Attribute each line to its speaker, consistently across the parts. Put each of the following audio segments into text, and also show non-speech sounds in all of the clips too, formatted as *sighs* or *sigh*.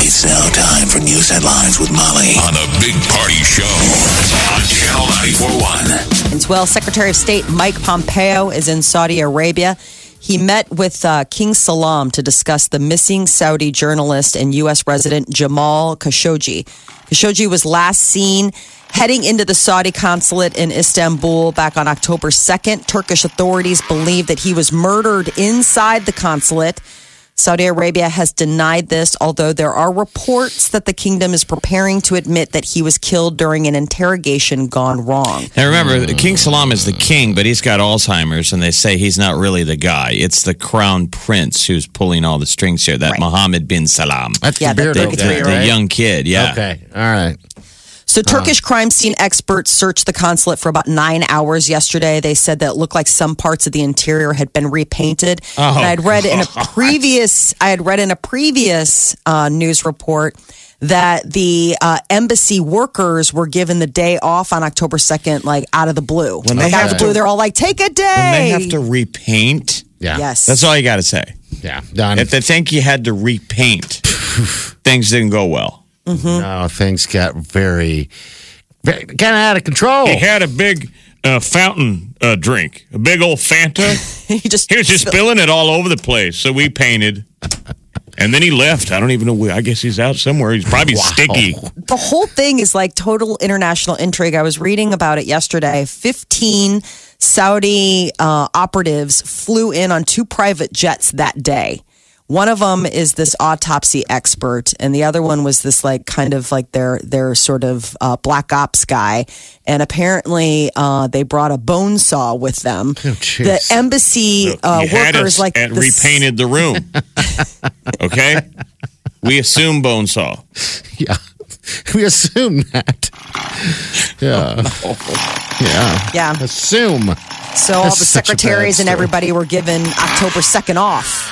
Speaker 1: It's now time for news headlines with Molly on the Big Party Show on Channel 941.
Speaker 2: As well, Secretary of State Mike Pompeo is in Saudi Arabia. He met with uh, King Salam to discuss the missing Saudi journalist and U.S. resident Jamal Khashoggi. Khashoggi was last seen heading into the Saudi consulate in Istanbul back on October 2nd. Turkish authorities believe that he was murdered inside the consulate. Saudi Arabia has denied this, although there are reports that the kingdom is preparing to admit that he was killed during an interrogation gone wrong.
Speaker 3: Now remember, King Salam is the king, but he's got Alzheimer's, and they say he's not really the guy. It's the crown prince who's pulling all the strings here. That Mohammed bin Salam,
Speaker 4: That's
Speaker 2: Yeah,
Speaker 4: the
Speaker 2: the
Speaker 4: beard
Speaker 2: big
Speaker 4: over
Speaker 3: the,
Speaker 2: three,
Speaker 4: there,
Speaker 3: the
Speaker 4: right?
Speaker 3: young kid. Yeah.
Speaker 4: Okay, all right.
Speaker 2: So, Turkish crime scene experts searched the consulate for about nine hours yesterday. They said that it looked like some parts of the interior had been repainted.
Speaker 3: Oh, *laughs*
Speaker 2: and I'd read in a previous, I had read in a previous uh, news report that the uh, embassy workers were given the day off on October second, like out of the blue. like
Speaker 3: When they
Speaker 2: out of the
Speaker 3: have
Speaker 2: blue,
Speaker 3: to-
Speaker 2: they're all like, "Take a day."
Speaker 3: And they have to repaint.
Speaker 4: Yeah.
Speaker 2: Yes. *laughs*
Speaker 3: That's all you got to say.
Speaker 4: Yeah. Done.
Speaker 3: If they think you had
Speaker 5: *laughs*
Speaker 3: to repaint, things didn't go well.
Speaker 4: no, Oh, things got very, very kind of out of control.
Speaker 5: He had a big uh, fountain uh, drink, a big old Fanta.
Speaker 2: he just
Speaker 5: He was
Speaker 2: *laughs*
Speaker 5: just spilling it all over the place. So we painted. And then he left. I don't even know where. I guess he's out somewhere. He's probably sticky.
Speaker 2: the whole thing is like total international intrigue. I was reading about it yesterday. 15 Saudi uh, operatives flew in on two private jets that day. One of them is this autopsy expert, and the other one was this like kind of like their their sort of uh, black ops guy. And apparently, uh, they brought a bone saw with them.
Speaker 5: Oh,
Speaker 4: jeez.
Speaker 2: the embassy uh,
Speaker 5: he had
Speaker 2: workers
Speaker 5: us
Speaker 2: like
Speaker 5: and
Speaker 2: the s-
Speaker 5: repainted the
Speaker 2: *laughs*
Speaker 5: room. okay? We assume bone saw.
Speaker 4: Yeah. *laughs* We assume that. Yeah.
Speaker 3: Oh,
Speaker 4: Yeah.
Speaker 2: Yeah.
Speaker 4: Assume.
Speaker 2: So all
Speaker 4: That's
Speaker 2: the
Speaker 4: such a bad
Speaker 2: secretaries and
Speaker 4: story.
Speaker 2: everybody were given October 2nd off.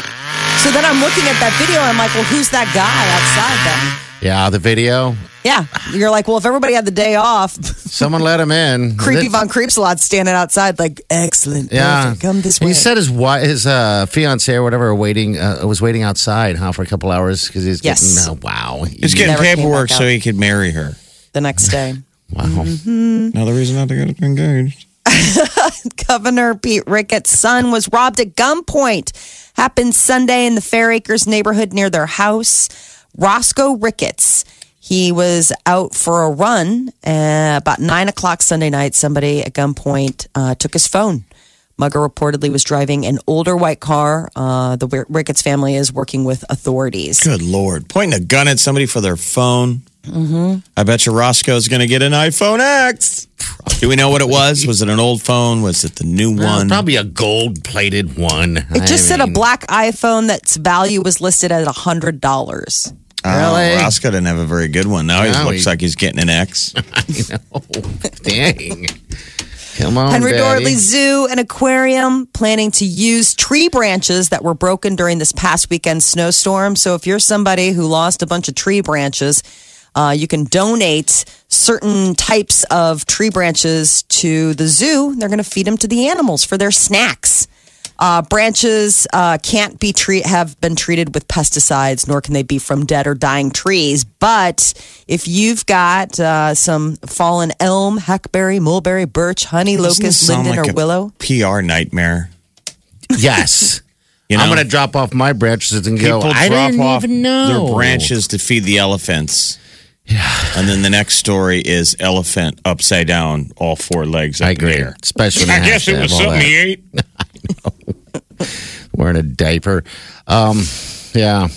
Speaker 2: So then I'm looking at that video and I'm like, well, who's that guy outside then?
Speaker 4: Yeah. The video.
Speaker 2: Yeah. You're like, well, if everybody had the day off, *laughs*
Speaker 4: Someone let him in.
Speaker 2: Creepy
Speaker 4: That-
Speaker 2: Von Creeps a lot standing outside, like, excellent.
Speaker 4: Yeah,
Speaker 2: perfect, Come this
Speaker 4: And
Speaker 2: way.
Speaker 4: He said his wife, his uh, fiance or whatever, waiting uh, was waiting outside, huh, for a couple hours because he's
Speaker 2: Yes.
Speaker 4: getting. Uh, wow,
Speaker 3: He's
Speaker 2: He
Speaker 3: getting
Speaker 2: never came
Speaker 3: paperwork
Speaker 2: back
Speaker 3: so
Speaker 2: out.
Speaker 3: he could marry her.
Speaker 2: the next day.
Speaker 4: wow.
Speaker 3: Another reason not to get engaged.
Speaker 2: Governor Pete Ricketts' son was robbed at gunpoint. Happened Sunday in the Fair Acres neighborhood near their house. Roscoe Ricketts. He was out for a run uh, about nine o'clock Sunday night. Somebody at gunpoint uh, took his phone. Mugger reportedly was driving an older white car. Uh, the Wi- Ricketts family is working with authorities.
Speaker 3: Good lord, pointing a gun at somebody for their phone. Mm-hmm. I bet you Roscoe's going to get an iPhone X. Do we know what it was? Was it an old phone? Was it the new one?
Speaker 4: Probably a gold plated one.
Speaker 2: It just said a black iPhone that's value was listed at hundred dollars.
Speaker 4: Really?
Speaker 3: Oh, Roscoe didn't have a very good one. Now
Speaker 4: No,
Speaker 3: he looks
Speaker 4: he-
Speaker 3: like he's getting an X.
Speaker 4: Dang. Come on,
Speaker 2: Henry
Speaker 4: Daddy.
Speaker 2: Dorley *laughs* Zoo and Aquarium planning to use tree branches that were broken during this past weekend snowstorm. So if you're somebody who lost a bunch of tree branches, uh, you can donate certain types of tree branches to the zoo. They're going to feed them to the animals for their snacks. Uh, branches uh, can't be treat have been treated with pesticides, nor can they be from dead or dying trees. But if you've got uh, some fallen elm, hackberry, mulberry, birch, honey,
Speaker 3: Doesn't
Speaker 2: locust,
Speaker 3: this sound
Speaker 2: linden,
Speaker 3: like
Speaker 2: or
Speaker 3: a
Speaker 2: willow,
Speaker 3: PR nightmare.
Speaker 4: Yes.
Speaker 3: You
Speaker 4: I'm
Speaker 3: know?
Speaker 4: going to drop off my branches and go.
Speaker 3: People
Speaker 4: I
Speaker 3: drop
Speaker 4: didn't
Speaker 3: off
Speaker 4: even know
Speaker 3: their branches to feed the elephants. Yeah. And then the next story is elephant upside down, all four legs. Up
Speaker 4: I
Speaker 3: in the
Speaker 4: agree.
Speaker 3: air.
Speaker 4: Especially
Speaker 5: I guess it was something he ate.
Speaker 4: wearing a diaper. Um, yeah.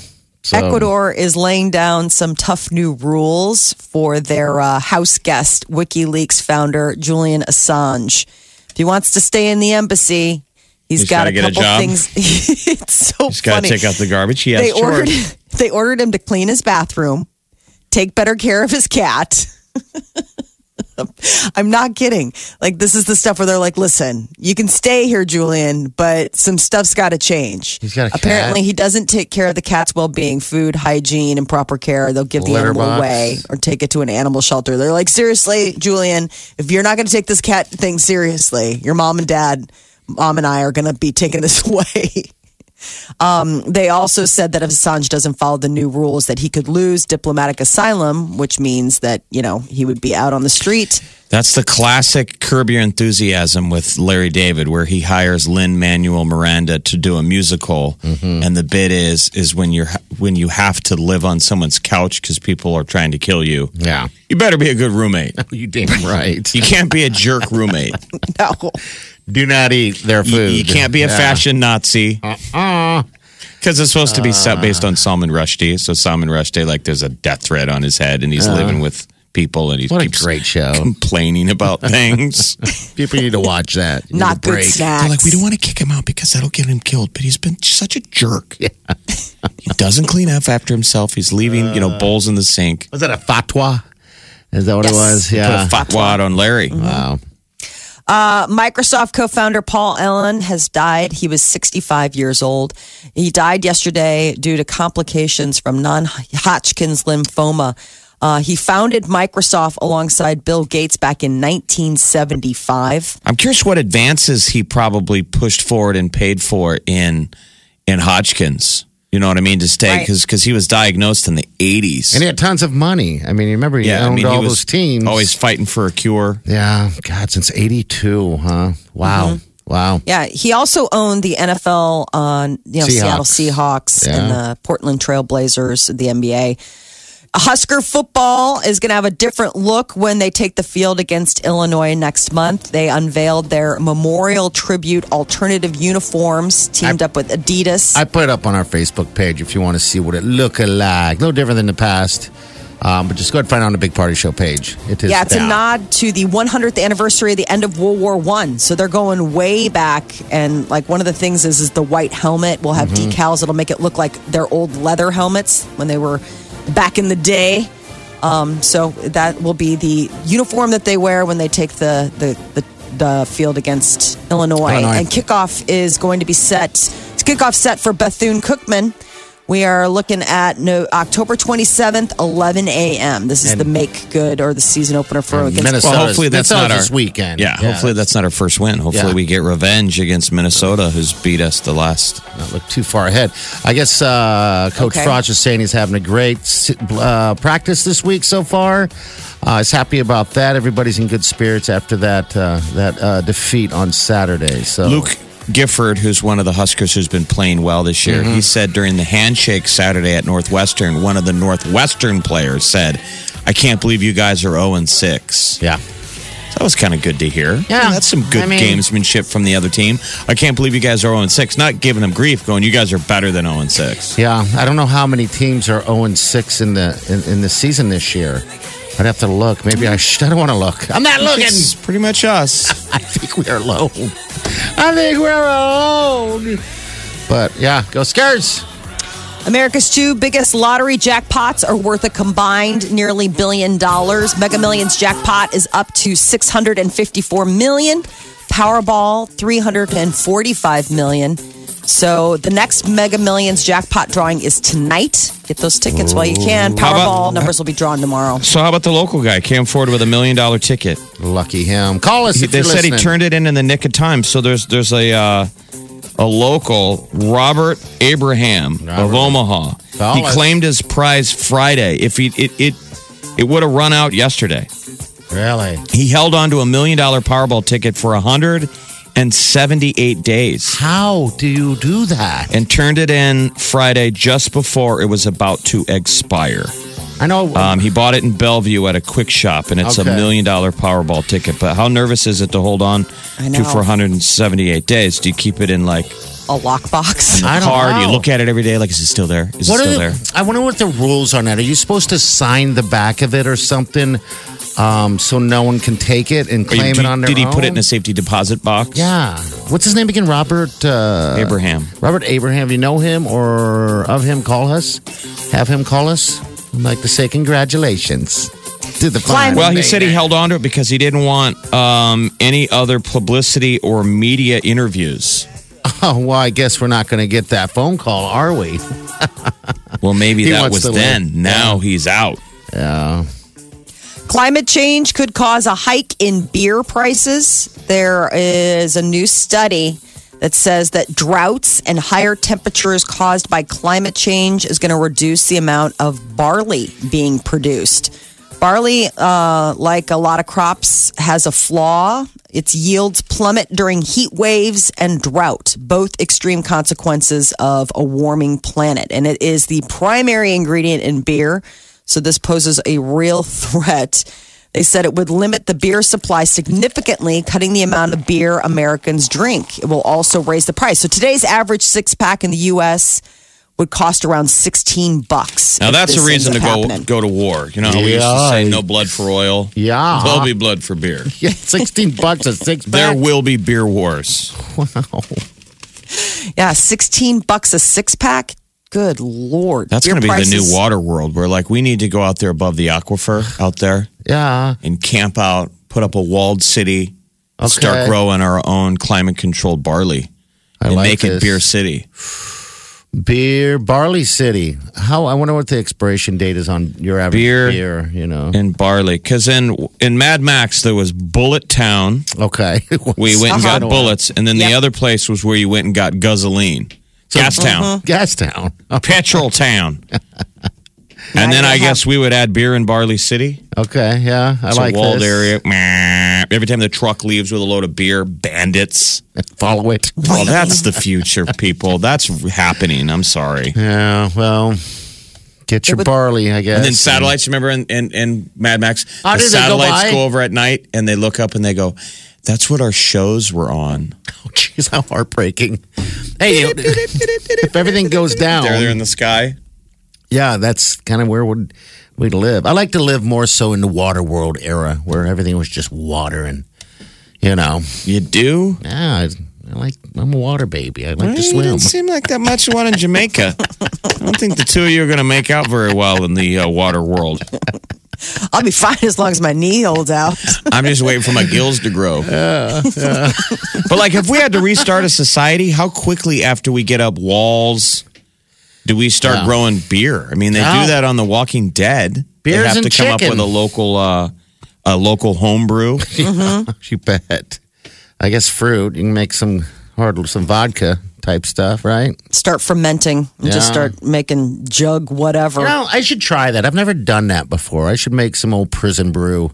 Speaker 4: So,
Speaker 3: um,
Speaker 2: Ecuador is laying down some tough new rules for their uh, house guest, WikiLeaks founder Julian Assange. If he wants to stay in the embassy,
Speaker 3: He's
Speaker 2: got
Speaker 3: gotta
Speaker 2: a
Speaker 3: get a
Speaker 2: couple
Speaker 3: job.
Speaker 2: things. *laughs* it's so
Speaker 3: Just got
Speaker 2: funny.
Speaker 3: to take out the garbage. He
Speaker 2: *laughs*
Speaker 3: has
Speaker 2: they ordered
Speaker 3: chores.
Speaker 2: they ordered him to clean his bathroom take better care of his cat. *laughs* I'm not kidding. Like, this is the stuff where they're like, listen, you can stay here, Julian, but some stuff's got to change.
Speaker 4: He's got a cat.
Speaker 2: Apparently, he doesn't take care of the cat's well being, food, hygiene, and proper care. They'll give the
Speaker 4: Litter
Speaker 2: animal
Speaker 4: box.
Speaker 2: away or take it to an animal shelter. They're like, seriously, Julian, if you're not going to take this cat thing seriously, your mom and dad, mom and I are going to be taking this *laughs* away. Um, They also said that if Assange doesn't follow the new rules, that he could lose diplomatic asylum, which means that you know he would be out on the street.
Speaker 3: *laughs* That's the classic Curb Your Enthusiasm with Larry David, where he hires Lynn Manuel Miranda to do a musical, and the bit is is when you're when you have to live on someone's couch because people are trying to kill you.
Speaker 4: Yeah.
Speaker 3: You better be a good roommate. *laughs*
Speaker 4: You damn right.
Speaker 3: You can't be a jerk roommate.
Speaker 2: No,
Speaker 4: Do not eat their
Speaker 3: You,
Speaker 4: food.
Speaker 3: you can't be a
Speaker 4: Yeah.
Speaker 3: fashion Nazi. Uh-uh. Because it's supposed to be set based on Salman Rushdie. So Salman Rushdie, like, there's a death threat on his head, and he's living with people, and he
Speaker 4: What a
Speaker 3: keeps
Speaker 4: great *laughs* show.
Speaker 3: complaining *laughs* about things.
Speaker 4: People need to watch that. You need a
Speaker 2: not good
Speaker 4: break.
Speaker 2: snacks.
Speaker 3: They're like, we don't want to kick him out because that'll get him killed. But he's been such a jerk. he doesn't clean up after himself. He's leaving, you know, bowls in the sink.
Speaker 4: Was that a fatwa? Is that what it was? Yeah.
Speaker 3: Put a fatwa out on Larry.
Speaker 4: wow.
Speaker 2: Uh, Microsoft co-founder Paul Allen has died. He was 65 years old. He died yesterday due to complications from non-Hodgkin's lymphoma. Uh, he founded Microsoft alongside Bill Gates back in 1975.
Speaker 3: I'm curious what advances he probably pushed forward and paid for in in Hodgkins. You know what I mean? To stay
Speaker 2: Right.
Speaker 3: because he was diagnosed in the 80s.
Speaker 4: And he had tons of money. I mean, you remember he
Speaker 3: I
Speaker 4: owned
Speaker 3: mean,
Speaker 4: all
Speaker 3: he was
Speaker 4: those teams.
Speaker 3: always fighting for a cure.
Speaker 4: Yeah. God, since 82, huh? Wow.
Speaker 2: Mm-hmm.
Speaker 4: Wow.
Speaker 2: Yeah, he also owned the NFL, uh, you know, Seattle
Speaker 4: Seahawks.
Speaker 2: Seahawks and the Portland Trail Blazers, the NBA. Husker football is going to have a different look when they take the field against Illinois next month. They unveiled their memorial tribute alternative uniforms, teamed up with Adidas.
Speaker 4: I put it up on our Facebook page if you want to see what it look like. No different than the past. Um, but just go ahead and find it on the Big Party Show page. It is
Speaker 2: yeah, it's a
Speaker 4: down.
Speaker 2: nod to the 100th anniversary of the end of World War One. So they're going way back, and like one of the things is is the white helmet will have
Speaker 4: Mm-hmm.
Speaker 2: decals. It'll make it look like their old leather helmets when they were back in the day. Um, so that will be the uniform that they wear when they take the the, the, the field against Illinois.
Speaker 4: Illinois.
Speaker 2: And kickoff is going to be set. It's kickoff set for Bethune Cookman. We are looking at no, October 27th, 11 a.m. This is the make good or the season opener for against
Speaker 4: Minnesota.
Speaker 3: Well,
Speaker 4: Minnesota's-
Speaker 3: hopefully that's not our
Speaker 4: Minnesota's weekend.
Speaker 3: Yeah,
Speaker 4: Yeah.
Speaker 3: hopefully that's not our first win. Hopefully
Speaker 4: Yeah.
Speaker 3: we get revenge against Minnesota, who's beat us the last.
Speaker 4: Not look too far ahead. I guess uh, Coach
Speaker 2: Okay.
Speaker 4: Froch is saying he's having a great uh, practice this week so far. Uh, he's happy about that. Everybody's in good spirits after that uh, that uh, defeat on Saturday. So
Speaker 3: Luke Gifford, who's one of the Huskers who's been playing well this year, he said during the handshake Saturday at Northwestern, one of the Northwestern players said, "I can't believe you guys are 0 and 6."
Speaker 4: yeah,
Speaker 3: That was kind of good to hear.
Speaker 4: Yeah.
Speaker 3: that's some good
Speaker 4: I mean-
Speaker 3: gamesmanship from the other team. I can't believe you guys are 0 and 6. Not giving them grief, going, "You guys are better than 0 and 6."
Speaker 4: yeah. I don't know how many teams are zero and six in the in, in the season this year. I'd have to look. Maybe I should. *laughs* I don't want to look. I'm not looking.
Speaker 3: It's pretty much us.
Speaker 4: *laughs* I think we're alone. I think we're alone. But yeah, go Scars.
Speaker 2: America's two biggest lottery jackpots are worth a combined nearly billion dollars. Mega Millions jackpot is up to 654 million. Powerball 345 million. So the next Mega Millions jackpot drawing is tonight. Get those tickets while you can.
Speaker 3: How about-
Speaker 2: Powerball numbers will be drawn tomorrow.
Speaker 3: so how about the local guy came forward with a million dollar ticket?
Speaker 4: Lucky him. Call us.
Speaker 3: He-
Speaker 4: if
Speaker 3: they
Speaker 4: you're
Speaker 3: said he
Speaker 4: listening.
Speaker 3: turned it in in the nick of time. So there's there's a uh, a local Robert Abraham of
Speaker 4: Robert.
Speaker 3: Omaha.
Speaker 4: Call
Speaker 3: he
Speaker 4: us.
Speaker 3: claimed his prize Friday. If he it it, it would have run out yesterday.
Speaker 4: Really?
Speaker 3: He held on to a million dollar Powerball ticket for hundred and seventy eight days
Speaker 4: How do you do that?
Speaker 3: and turned it in Friday just before it was about to expire.
Speaker 4: I know.
Speaker 3: Um, he bought it in Bellevue at a quick shop, and it's a
Speaker 4: Okay.
Speaker 3: million dollar Powerball ticket. But how nervous is it to hold on
Speaker 2: I
Speaker 3: to
Speaker 2: know.
Speaker 3: for 178 days? Do you keep it in like
Speaker 2: A lockbox.
Speaker 4: I don't
Speaker 3: hard? Do
Speaker 4: know.
Speaker 3: you look at it every day? Like, is it still there? Is
Speaker 4: what
Speaker 3: it
Speaker 4: are
Speaker 3: still
Speaker 4: the-
Speaker 3: there?
Speaker 4: I wonder what the rules are now. Are you supposed to sign the back of it or something, um, so no one can take it and
Speaker 3: Or you-
Speaker 4: claim
Speaker 3: do-
Speaker 4: it on their
Speaker 3: did he put it
Speaker 4: own?
Speaker 3: in a safety deposit box?
Speaker 4: Yeah. Ah, What's his name again? Robert. Uh,
Speaker 3: Abraham.
Speaker 4: Robert Abraham. You know him or of him? Call us. Have him call us. I'd like to say congratulations to the
Speaker 2: Climb-
Speaker 4: final.
Speaker 3: Well, he said he held on to it because he didn't want um, any other publicity or media interviews.
Speaker 4: Oh, well, I guess we're not going to get that phone call, are we? *laughs*
Speaker 3: Well, maybe
Speaker 4: He
Speaker 3: that
Speaker 4: wants
Speaker 3: was
Speaker 4: to
Speaker 3: then.
Speaker 4: live.
Speaker 3: Now he's out.
Speaker 4: Yeah.
Speaker 2: Climate change could cause a hike in beer prices. There is a new study that says that droughts and higher temperatures caused by climate change is going to reduce the amount of barley being produced. Barley, uh, like a lot of crops, has a flaw. Its yields plummet during heat waves and drought, both extreme consequences of a warming planet. And it is the primary ingredient in beer. So this poses a real threat. They said it would limit the beer supply significantly, cutting the amount of beer Americans drink. It will also raise the price. So today's average six pack in the U.S. would cost around 16 bucks.
Speaker 3: Now
Speaker 2: if
Speaker 3: that's a
Speaker 2: this
Speaker 3: reason to
Speaker 2: ends up
Speaker 3: go
Speaker 2: happening.
Speaker 3: go to war. You know how we used to
Speaker 4: Yeah.
Speaker 3: say no blood for oil.
Speaker 4: Yeah.
Speaker 3: there'll be blood for beer.
Speaker 4: Yeah, 16 bucks a six
Speaker 3: There
Speaker 4: pack.
Speaker 3: will be beer wars.
Speaker 4: *laughs*
Speaker 2: Yeah, 16 bucks a six pack. Good lord.
Speaker 3: That's
Speaker 2: Beer
Speaker 3: going to be the new
Speaker 2: prices-
Speaker 3: water world. Where like we need to go out there above the aquifer out there
Speaker 4: yeah.
Speaker 3: and camp out, put up a walled city, and
Speaker 4: Okay.
Speaker 3: start growing our own climate controlled barley,
Speaker 4: I
Speaker 3: and
Speaker 4: like
Speaker 3: make
Speaker 4: this.
Speaker 3: it beer city.
Speaker 4: Beer Barley City. How I wonder what the expiration date is on your average
Speaker 3: Beer.
Speaker 4: beer, you know.
Speaker 3: and barley. Because in in Mad Max there was Bullet Town.
Speaker 4: Okay. *laughs*
Speaker 3: We went and got
Speaker 4: Uh-huh.
Speaker 3: bullets, and then the
Speaker 2: Yep.
Speaker 3: other place was where you went and got gasoline, gas town,
Speaker 2: uh-huh.
Speaker 4: Gastown.
Speaker 3: petrol
Speaker 4: *laughs*
Speaker 3: town. and then I guess we would add beer in Barley City.
Speaker 4: Okay, yeah. I
Speaker 3: It's
Speaker 4: like
Speaker 3: a walled
Speaker 4: this.
Speaker 3: area. Meh. Every time the truck leaves with a load of beer, bandits.
Speaker 4: *laughs* Follow it.
Speaker 3: Well, that's the future, people. That's happening. I'm sorry.
Speaker 4: Yeah, well, get your
Speaker 2: would-
Speaker 4: barley, I guess.
Speaker 3: And then satellites, remember in, in, in Mad Max?
Speaker 4: Oh,
Speaker 3: the
Speaker 4: did they go
Speaker 3: satellites
Speaker 4: by?
Speaker 3: go over at night and they look up and they go, That's what our shows were on.
Speaker 4: Oh, *laughs* jeez, how heartbreaking. Hey, you- if everything goes down,
Speaker 3: They're there in the sky.
Speaker 4: yeah, that's kind of where would we'd live. I like to live more so in the water world era where everything was just water and, you know,
Speaker 3: You do?
Speaker 4: yeah, I, I like, I'm a water baby. I like to
Speaker 3: It
Speaker 4: swim.
Speaker 3: *laughs* didn't seem like that much you wanted
Speaker 4: *laughs*
Speaker 3: Jamaica. I don't think the two of you are going to make out very well in the uh, water world.
Speaker 2: I'll be fine as long as my knee holds out.
Speaker 3: *laughs* I'm just waiting for my gills to
Speaker 4: *laughs*
Speaker 3: grow. but like, if we had to restart a society, how quickly after we get up walls do we start
Speaker 4: Yeah.
Speaker 3: growing beer? I mean, they
Speaker 4: Yeah.
Speaker 3: do that on The Walking Dead. they
Speaker 4: Beers
Speaker 3: have to
Speaker 4: and
Speaker 3: come up
Speaker 4: chicken.
Speaker 3: with a local, uh, a local
Speaker 4: *laughs*
Speaker 3: homebrew.
Speaker 4: You bet. I guess fruit. You can make some hard, some vodka type stuff, right?
Speaker 2: Start fermenting and just
Speaker 4: Yeah.
Speaker 2: start making jug whatever.
Speaker 4: You know, I should try that. I've never done that before. I should make some old prison brew.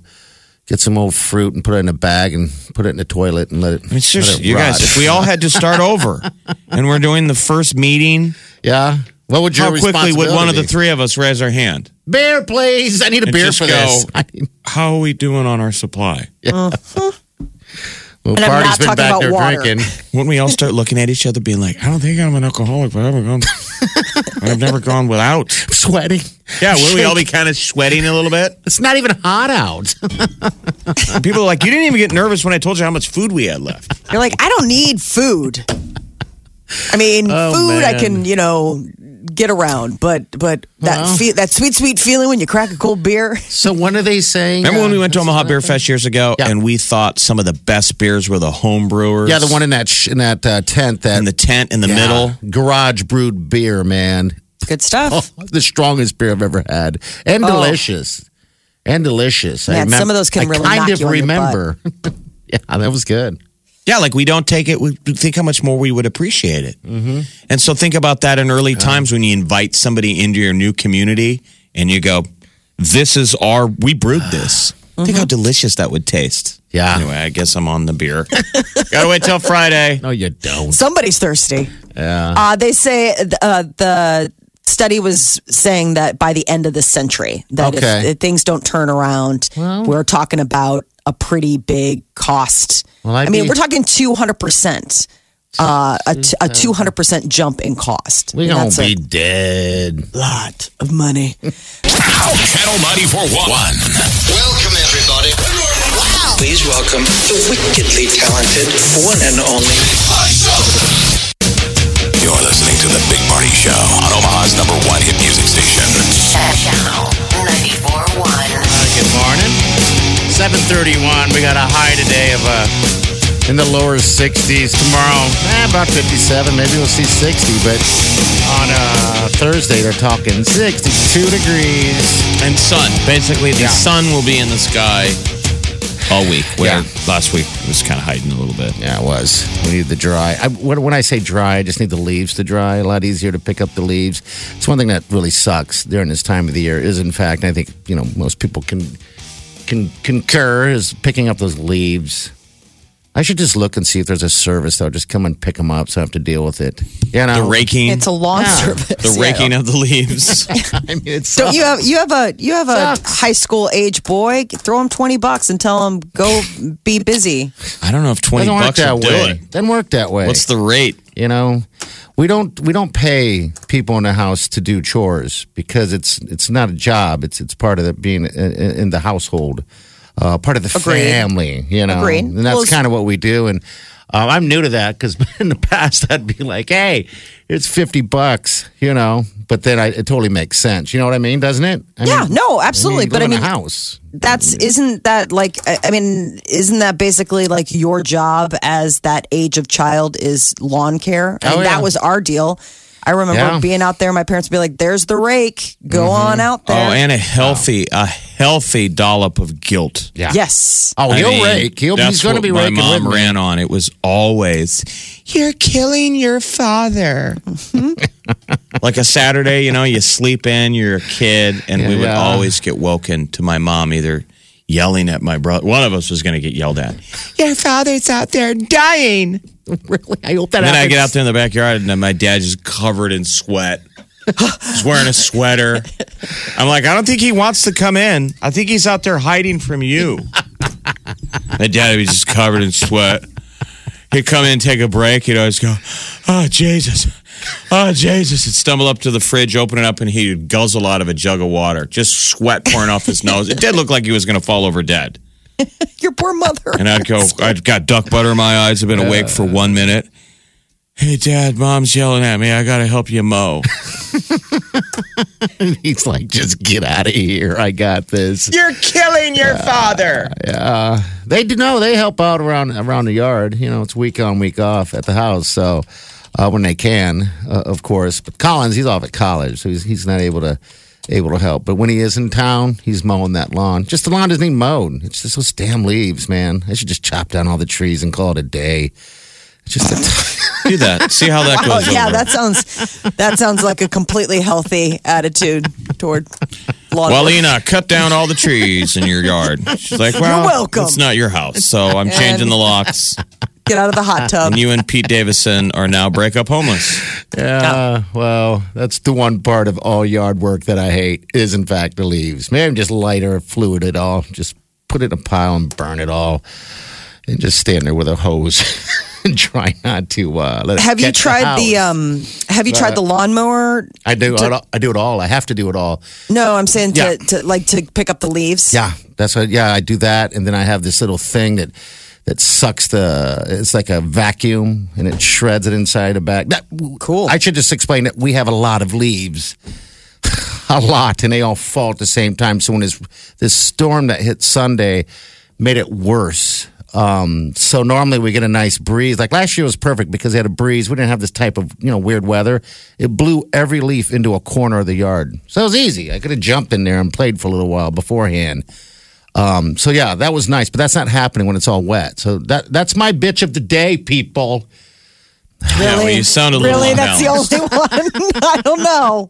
Speaker 4: Get some old fruit and put it in a bag and put it in the toilet and let it.
Speaker 3: I mean, seriously,
Speaker 4: let it
Speaker 3: you guys,
Speaker 4: rot.
Speaker 3: if we all had to
Speaker 4: *laughs*
Speaker 3: start over, and we're doing the first meeting,
Speaker 4: yeah. What would your
Speaker 3: how quickly would one of the
Speaker 4: responsibility
Speaker 3: three of us raise our hand?
Speaker 4: be? beer, please? I need a
Speaker 3: And
Speaker 4: beer
Speaker 3: just
Speaker 4: for
Speaker 3: go-
Speaker 4: this. *laughs* I need,
Speaker 3: How are we doing on our supply?
Speaker 4: well,
Speaker 2: And I'm
Speaker 4: Barty's
Speaker 2: not
Speaker 4: been
Speaker 2: talking
Speaker 4: back
Speaker 2: about
Speaker 4: there
Speaker 2: water.
Speaker 4: drinking. *laughs*
Speaker 3: Wouldn't we all start looking at each other, being like, "I don't think I'm an alcoholic, but I haven't
Speaker 4: *laughs*
Speaker 3: gone. I've never gone without."
Speaker 4: sweating.
Speaker 3: Yeah, wouldn't we all be kind of sweating a little bit?
Speaker 4: *laughs* It's not even hot out. *laughs*
Speaker 3: And people are like, "You didn't even get nervous when I told you how much food we had
Speaker 4: *laughs*
Speaker 3: left."
Speaker 2: You're like, I don't need food. I
Speaker 4: *laughs*
Speaker 2: mean, food I
Speaker 4: Oh, man.
Speaker 2: can, you know, get around, but but that fe- that sweet sweet feeling when you crack a cold beer.
Speaker 4: so when are they saying?
Speaker 3: Remember when
Speaker 4: uh,
Speaker 3: we went to Omaha Beer Fest years ago,
Speaker 4: Yeah.
Speaker 3: and we thought some of the best beers were the home brewers.
Speaker 4: Yeah, the one in that sh- in that uh, tent that
Speaker 3: in the tent in the
Speaker 4: Yeah.
Speaker 3: middle.
Speaker 4: garage brewed beer, man.
Speaker 2: Good stuff.
Speaker 4: Oh, *laughs* the strongest beer I've ever had, and
Speaker 2: Oh.
Speaker 4: delicious, and delicious. I
Speaker 2: Man, some of those can
Speaker 4: I
Speaker 2: really
Speaker 4: kind
Speaker 2: knock
Speaker 4: of
Speaker 2: you on your
Speaker 4: remember. *laughs* yeah, that was good.
Speaker 3: Yeah, like we don't take it. We think how much more we would appreciate it. Mm-hmm. And so think about that in early times when you invite somebody into your new community and you go, "This is our. We brewed
Speaker 4: *sighs*
Speaker 3: this. Think how delicious that would taste."
Speaker 4: Mm-hmm. Yeah.
Speaker 3: Anyway, I guess I'm on the
Speaker 4: *laughs*
Speaker 3: beer. Gotta wait till Friday.
Speaker 4: No, you don't.
Speaker 2: Somebody's thirsty. Uh, they say uh, the study was saying that by the end of the century, that
Speaker 4: Okay.
Speaker 2: if, if things don't turn around, we're talking about a pretty big cost.
Speaker 4: Well,
Speaker 2: I
Speaker 4: I'd
Speaker 2: mean,
Speaker 4: be-
Speaker 2: we're talking 200%. Uh, a, t- a 200% jump in cost.
Speaker 4: We
Speaker 2: And
Speaker 4: gonna
Speaker 2: that's a
Speaker 4: be dead.
Speaker 2: lot of money.
Speaker 1: Channel 941.
Speaker 6: Welcome, everybody. Wow. Please welcome the wickedly talented one and only.
Speaker 1: You're listening to the Big Party Show on Omaha's number one hit music station.
Speaker 6: Channel
Speaker 7: 31. We got a high today of uh,
Speaker 4: in the lower 60s.
Speaker 7: tomorrow
Speaker 4: Eh, about 57. Maybe we'll see 60, but on uh, Thursday they're talking 62 degrees.
Speaker 3: And sun. Basically, the sun will be in the sky all week. Where
Speaker 4: Yeah.
Speaker 3: last week it was kind of hiding a little bit.
Speaker 4: Yeah, it was. We need the dry. I, when when I say dry, I just need the leaves to dry. A lot easier to pick up the leaves. It's one thing that really sucks during this time of the year is, in fact, I think you know most people can can concur is picking up those leaves. I should just look and see if there's a service that'll just come and pick them up, so I have to deal with it. You know,
Speaker 3: The raking,
Speaker 2: It's a long service. *laughs*
Speaker 3: the raking of the leaves.
Speaker 4: *laughs* I mean, it's
Speaker 2: Don't you have you have a you have a
Speaker 4: Sucks.
Speaker 2: high school age boy? Throw him twenty bucks and tell him go be busy.
Speaker 3: I don't know if twenty
Speaker 4: doesn't work
Speaker 3: bucks
Speaker 4: that
Speaker 3: will do
Speaker 4: way.
Speaker 3: it.
Speaker 4: Doesn't work that way.
Speaker 3: What's the rate?
Speaker 4: You know, we don't we don't pay people in the house to do chores because it's it's not a job. It's it's part of the, being in, in the household, uh, part of the
Speaker 2: Agreed.
Speaker 4: family. You know,
Speaker 2: Agreed.
Speaker 4: and that's
Speaker 2: Well,
Speaker 4: kind of what we do. And uh, I'm new to that because *laughs* in the past I'd be like, "Hey, it's fifty bucks," you know. But then I, it totally makes sense. You know what I mean, doesn't it? I
Speaker 2: Yeah,
Speaker 4: mean,
Speaker 2: no, absolutely.
Speaker 4: you
Speaker 2: But
Speaker 4: live
Speaker 2: I
Speaker 4: in a
Speaker 2: mean-
Speaker 4: house.
Speaker 2: That's isn't that like I I mean isn't that basically like your job as that age of child is lawn care? And
Speaker 4: Oh, yeah.
Speaker 2: that was our deal. I remember
Speaker 4: Yeah. Mm-hmm.
Speaker 2: being out there. My parents would be like, "There's the rake. Go on out there."
Speaker 3: Oh, and a healthy, a healthy dollop of guilt.
Speaker 4: Yeah.
Speaker 2: yes.
Speaker 4: Oh,
Speaker 3: I
Speaker 4: he'll
Speaker 3: mean,
Speaker 4: rake. He'll,
Speaker 3: that's
Speaker 4: he's going to
Speaker 3: what
Speaker 4: be
Speaker 3: my
Speaker 4: raking
Speaker 3: mom
Speaker 4: with me.
Speaker 3: ran on. It was always, "You're killing your father." like a Saturday, you know, you sleep in. You're a kid, and we would
Speaker 4: Yeah.
Speaker 3: always get woken to my mom either yelling at my brother. One of us was going to get yelled at. Your father's out there dying.
Speaker 4: *laughs* Really, I hope that.
Speaker 3: And then I
Speaker 4: happens.
Speaker 3: get out there in the backyard, and then my dad just covered in sweat. He's wearing a sweater. I'm like, I don't think he wants to come in. I think he's out there hiding from you. my dad was just covered in sweat. He'd come in, take a break. He'd always go, Oh, Jesus. Oh, Jesus. He'd stumble up to the fridge, open it up, and he'd guzzle out of a jug of water, just sweat pouring
Speaker 2: *laughs*
Speaker 3: off his nose. It did look like he was going to fall over dead.
Speaker 2: Your poor mother.
Speaker 3: And I'd go, I've got duck butter in my eyes. I've been awake
Speaker 2: Uh.
Speaker 3: for one minute. Hey, Dad, Mom's yelling at me. I got to help you mow.
Speaker 4: *laughs* He's like, just get out of here. I got this. Uh,
Speaker 3: You're killing your father.
Speaker 4: They do know they help out around around the yard. You know, it's week on, week off at the house. So uh, when they can, uh, of course. But Collins, he's off at college, so he's he's not able to able to help. But when he is in town, he's mowing that lawn. Just the lawn doesn't even mowed. It's just those damn leaves, man. I should just chop down all the trees and call it a day. It's
Speaker 3: *sighs*
Speaker 4: Just a
Speaker 3: Do that. See how that
Speaker 2: *laughs* Oh
Speaker 3: goes.
Speaker 2: yeah,
Speaker 3: over.
Speaker 2: that sounds that sounds like a completely healthy attitude toward lawn.
Speaker 3: Well,
Speaker 2: work.
Speaker 3: Lena, cut down all the trees in your yard. She's like, well,
Speaker 2: welcome.
Speaker 3: it's not your house, so
Speaker 2: *laughs*
Speaker 3: I'm changing the locks.
Speaker 2: get out of the hot tub.
Speaker 3: And you and Pete Davison are now break up homeless.
Speaker 4: yeah. Well, that's the one part of all yard work that I hate is, in fact, the leaves. Maybe just lighter fluid it all. Just put it in a pile and burn it all, and just stand there with a hose *laughs* and try not to uh, let. It
Speaker 2: have you
Speaker 4: catch
Speaker 2: tried the,
Speaker 4: house.
Speaker 2: um? Have you tried the lawnmower?
Speaker 4: I do. I, I do it all. I have to do it all.
Speaker 2: No, I'm saying
Speaker 4: Yeah.
Speaker 2: to, to like to pick up the leaves.
Speaker 4: Yeah, that's what. Yeah, I do that, and then I have this little thing that that sucks the. It's like a vacuum, and it shreds it inside a bag. That, cool. I should just explain that we have a lot of leaves, *laughs* a lot, and they all fall at the same time. So when this this storm that hit Sunday made it worse. Um, so normally we get a nice breeze. Like last year was perfect because they had a breeze. We didn't have this type of you know weird weather. It blew every leaf into a corner of the yard, so it was easy. I could have jumped in there and played for a little while beforehand. Um, so yeah, that was nice, but that's not happening when it's all wet. So that that's my bitch of the day, people.
Speaker 3: Yeah, well, you sound a little
Speaker 2: Really, that's the
Speaker 3: unbalanced.
Speaker 2: only *laughs* one. I don't know.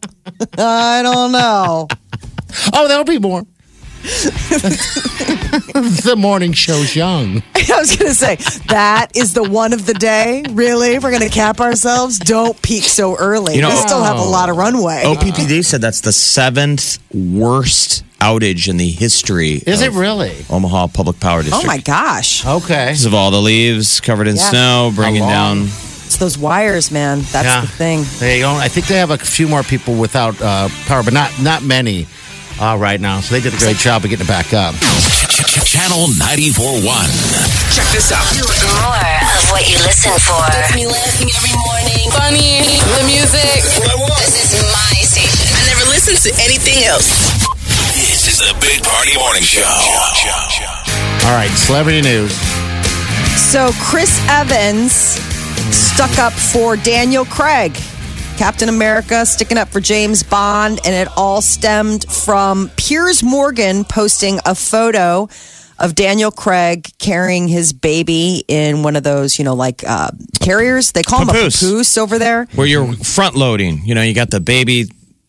Speaker 2: I don't know. *laughs*
Speaker 4: Oh, there'll be more. *laughs* the morning show's young.
Speaker 2: I was gonna say that is the one of the day. Really, we're gonna cap ourselves. Don't peak so early.
Speaker 3: You know- oh,
Speaker 2: we still have a lot of runway.
Speaker 3: OPPD said that's the seventh worst outage in the history.
Speaker 4: Is it
Speaker 3: of
Speaker 4: really?
Speaker 3: Omaha Public Power District.
Speaker 2: Oh my gosh,
Speaker 4: Okay.
Speaker 3: Because of all the leaves covered in
Speaker 2: Yeah.
Speaker 3: snow, bringing
Speaker 4: How long?
Speaker 3: down.
Speaker 2: it's those wires, man. That's
Speaker 4: Yeah.
Speaker 2: the thing.
Speaker 4: They don't. I think they have a few more people without uh, power, but not not many uh, right now. So they did a great job of getting it back up.
Speaker 1: Channel 94.1.
Speaker 6: Check this out.
Speaker 8: More of what you listen for. Gets me laughing every morning. Funny. The music.
Speaker 6: What I want.
Speaker 8: This is my station. I never listen to anything else.
Speaker 1: This is is the Big Party Morning Show.
Speaker 4: All right, celebrity news.
Speaker 2: So Chris Evans stuck up for Daniel Craig, Captain America sticking up for James Bond, and it all stemmed from Piers Morgan posting a photo of Daniel Craig carrying his baby in one of those, you know, like uh, carriers. They call them a
Speaker 3: Papoose.
Speaker 2: papoose over there.
Speaker 3: where you're front loading. You know, you got the baby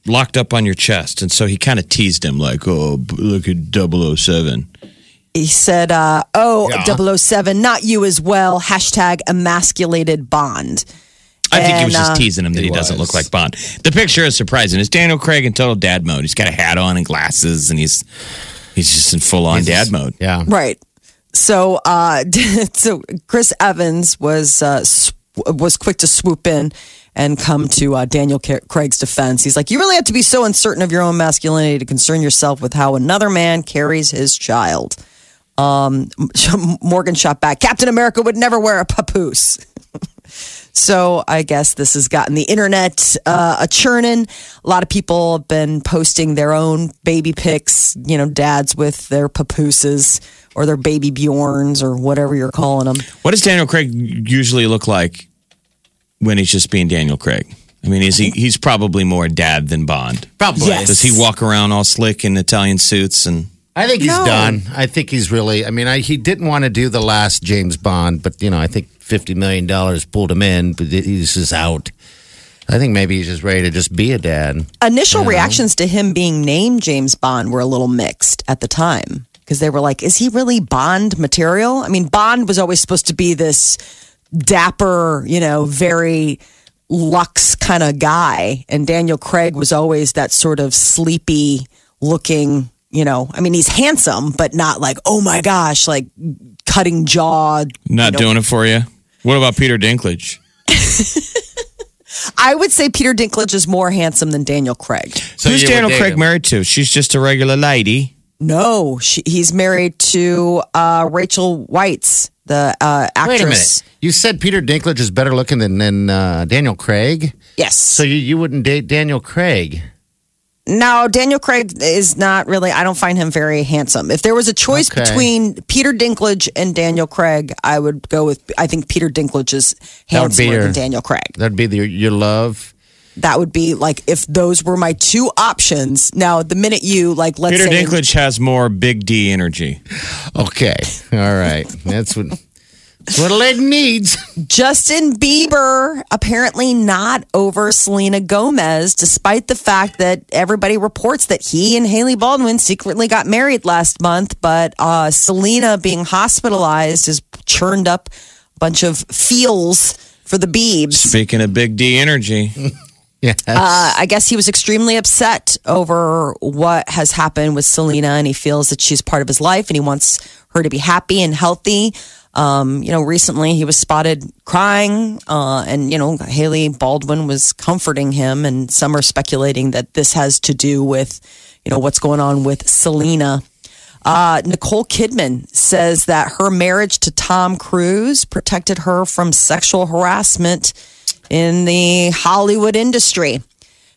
Speaker 3: locked up on your chest, and so he kind of teased him like, "Oh, b- look at 007.
Speaker 2: He said, uh, "Oh,
Speaker 3: Yeah.
Speaker 2: 007, not you as well." Hashtag emasculated Bond.
Speaker 3: I think he was
Speaker 2: And,
Speaker 3: just
Speaker 2: uh,
Speaker 3: teasing him that he, doesn't look like Bond. The picture is surprising. It's Daniel Craig in total dad mode. He's got a hat on and glasses, and he's he's just in full on dad mode.
Speaker 4: Yeah,
Speaker 2: Right. So, uh, *laughs* so Chris Evans was uh, sw- was quick to swoop in and come to uh, Daniel Ca- Craig's defense. He's like, "You really have to be so uncertain of your own masculinity to concern yourself with how another man carries his child." Um, *laughs* Morgan shot back. Captain America would never wear a papoose. So I guess this has gotten the internet uh, a churning. A lot of people have been posting their own baby pics, you know, dads with their papooses or their baby Bjorns or whatever you're calling them.
Speaker 3: What does Daniel Craig usually look like when he's just being Daniel Craig? I mean, is he? He's probably more dad than Bond.
Speaker 4: Probably. Yes.
Speaker 3: Does he walk around all slick in Italian suits and?
Speaker 4: I think he's
Speaker 3: No.
Speaker 4: done. I think he's really. I mean, I, he didn't want to do the last James Bond, but you know, I think fifty million dollars pulled him in, but he's just out. I think maybe he's just ready to just be a dad.
Speaker 2: Initial
Speaker 4: Yeah.
Speaker 2: reactions to him being named James Bond were a little mixed at the time because they were like, is he really Bond material? I mean, Bond was always supposed to be this dapper, you know, very luxe kind of guy. And Daniel Craig was always that sort of sleepy looking, you know, I mean, he's handsome, but not like, oh my gosh, like cutting jaw.
Speaker 3: Not doing it for you. What about Peter Dinklage?
Speaker 2: I would say Peter Dinklage is more handsome than Daniel Craig.
Speaker 3: Who's Daniel Craig married to? She's just a regular lady.
Speaker 2: No, she, he's married to uh, Rachel White's the uh, actress.
Speaker 4: Wait a minute. You said Peter Dinklage is better looking than, than uh, Daniel Craig.
Speaker 2: Yes. So
Speaker 4: you, you wouldn't date Daniel Craig.
Speaker 2: No, Daniel Craig is not really. I don't find him very handsome. If there was a choice
Speaker 4: Okay.
Speaker 2: between Peter Dinklage and Daniel Craig, I would go with. I think Peter Dinklage is
Speaker 4: That would be
Speaker 2: handsomer than
Speaker 4: your-
Speaker 2: Daniel Craig.
Speaker 4: That'd be the, your love.
Speaker 2: That would be like if those were my two options. Now, the minute you like, let's
Speaker 3: Peter
Speaker 2: say
Speaker 3: Dinklage has more Big D energy.
Speaker 4: Okay. *laughs* All right. That's what. That's what a lady needs. *laughs*
Speaker 2: Justin Bieber apparently not over Selena Gomez, despite the fact that everybody reports that he and Haley Baldwin secretly got married last month. But uh, Selena being hospitalized has churned up a bunch of feels for the Biebs.
Speaker 3: Speaking of Big
Speaker 2: *laughs*
Speaker 3: D energy,
Speaker 4: yes.
Speaker 2: Uh, I guess he was extremely upset over what has happened with Selena, and he feels that she's part of his life, and he wants her to be happy and healthy. Um, you know, recently he was spotted crying, uh, and you know Haley Baldwin was comforting him, and some are speculating that this has to do with you know what's going on with Selena. Uh, Nicole Kidman says that her marriage to Tom Cruise protected her from sexual harassment in the Hollywood industry.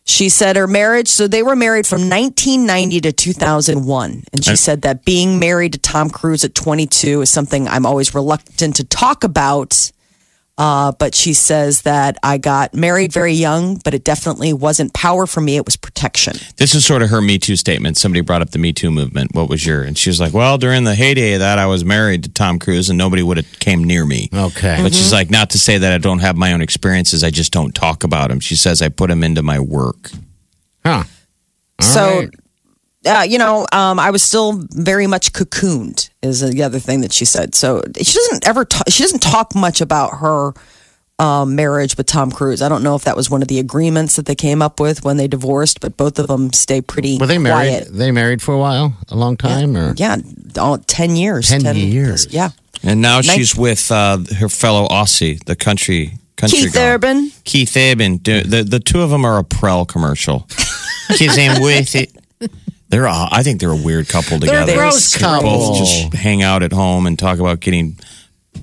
Speaker 2: She said her marriage, so they were married from 1990 to 2001. And she
Speaker 3: I-
Speaker 2: said that being married to Tom Cruise at 22 is something I'm always reluctant to talk about. Uh, but she says that I got married very young, but it definitely wasn't power for me, it was protection.
Speaker 3: this is sort of her Me Too statement. Somebody brought up the Me Too movement. What was your? And she was like, "Well, during the heyday of that, I was married to Tom Cruise, and nobody would have came near me." But
Speaker 4: Okay.
Speaker 2: Mm-hmm.
Speaker 3: she's like, not to say that I don't have my own experiences. I just don't talk about them. She says I put them into my work.
Speaker 4: Huh.
Speaker 2: so uh, you know um, i was still very much cocooned is the other thing that she said so she doesn't ever ta- she doesn't talk much about her um, marriage with tom cruise i don't know if that was one of the agreements that they came up with when they divorced but both of them stay pretty
Speaker 4: Were they married?
Speaker 2: quiet.
Speaker 4: They married for a while, a long time, or
Speaker 2: yeah all, 10 years
Speaker 4: 10 years.
Speaker 2: yeah
Speaker 3: And now
Speaker 2: Nice.
Speaker 3: she's with uh, her fellow Aussie, the country country
Speaker 2: keith
Speaker 3: guy.
Speaker 2: urban
Speaker 3: Keith Urban. Do- The the two of them are a
Speaker 2: *laughs*
Speaker 3: Prel commercial. She's in with it. They're a, I think they're a weird couple
Speaker 4: They're
Speaker 3: together.
Speaker 4: a gross
Speaker 3: They both
Speaker 4: couple.
Speaker 3: just hang out at home and talk about getting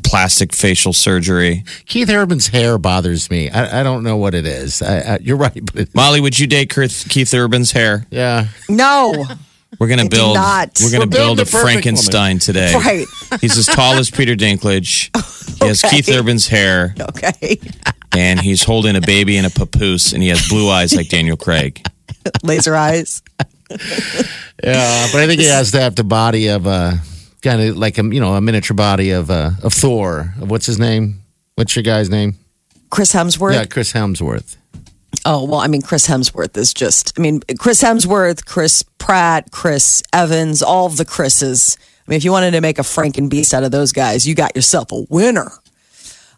Speaker 3: plastic facial surgery.
Speaker 4: Keith Urban's hair bothers me. I, I don't know what it is. I, I, you're right, but it,
Speaker 3: Molly, would you date Keith Keith Urban's hair?
Speaker 4: yeah,
Speaker 2: no
Speaker 3: We're gonna
Speaker 2: I do
Speaker 3: build.
Speaker 2: not.
Speaker 3: We're gonna
Speaker 2: We're
Speaker 3: build
Speaker 2: building
Speaker 3: a
Speaker 2: the perfect
Speaker 3: Frankenstein
Speaker 2: woman.
Speaker 3: today.
Speaker 2: Right.
Speaker 3: He's as tall as Peter Dinklage. He has
Speaker 2: Okay.
Speaker 3: Keith Urban's hair,
Speaker 2: Okay. *laughs*
Speaker 3: and he's holding a baby in a papoose, and he has blue eyes like Daniel Craig.
Speaker 2: Laser eyes.
Speaker 4: Yeah, but I think he has to have the body of a kind of like a you know a miniature body of uh, of Thor. Of what's his name? What's your guy's name?
Speaker 2: Chris Hemsworth.
Speaker 4: Yeah, Chris Hemsworth.
Speaker 2: Oh, well, I mean, Chris Hemsworth is just, I mean, Chris Hemsworth, Chris Pratt, Chris Evans, all of the Chris's. I mean, if you wanted to make a Franken beast out of those guys, you got yourself a winner.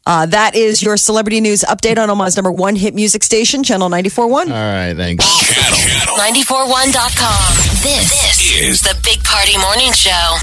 Speaker 2: Uh, that is your celebrity news update on Omaha's number one hit music station, Channel 94.1.
Speaker 4: All right, thanks.
Speaker 8: 941.com. This, this is the Big Party Morning Show.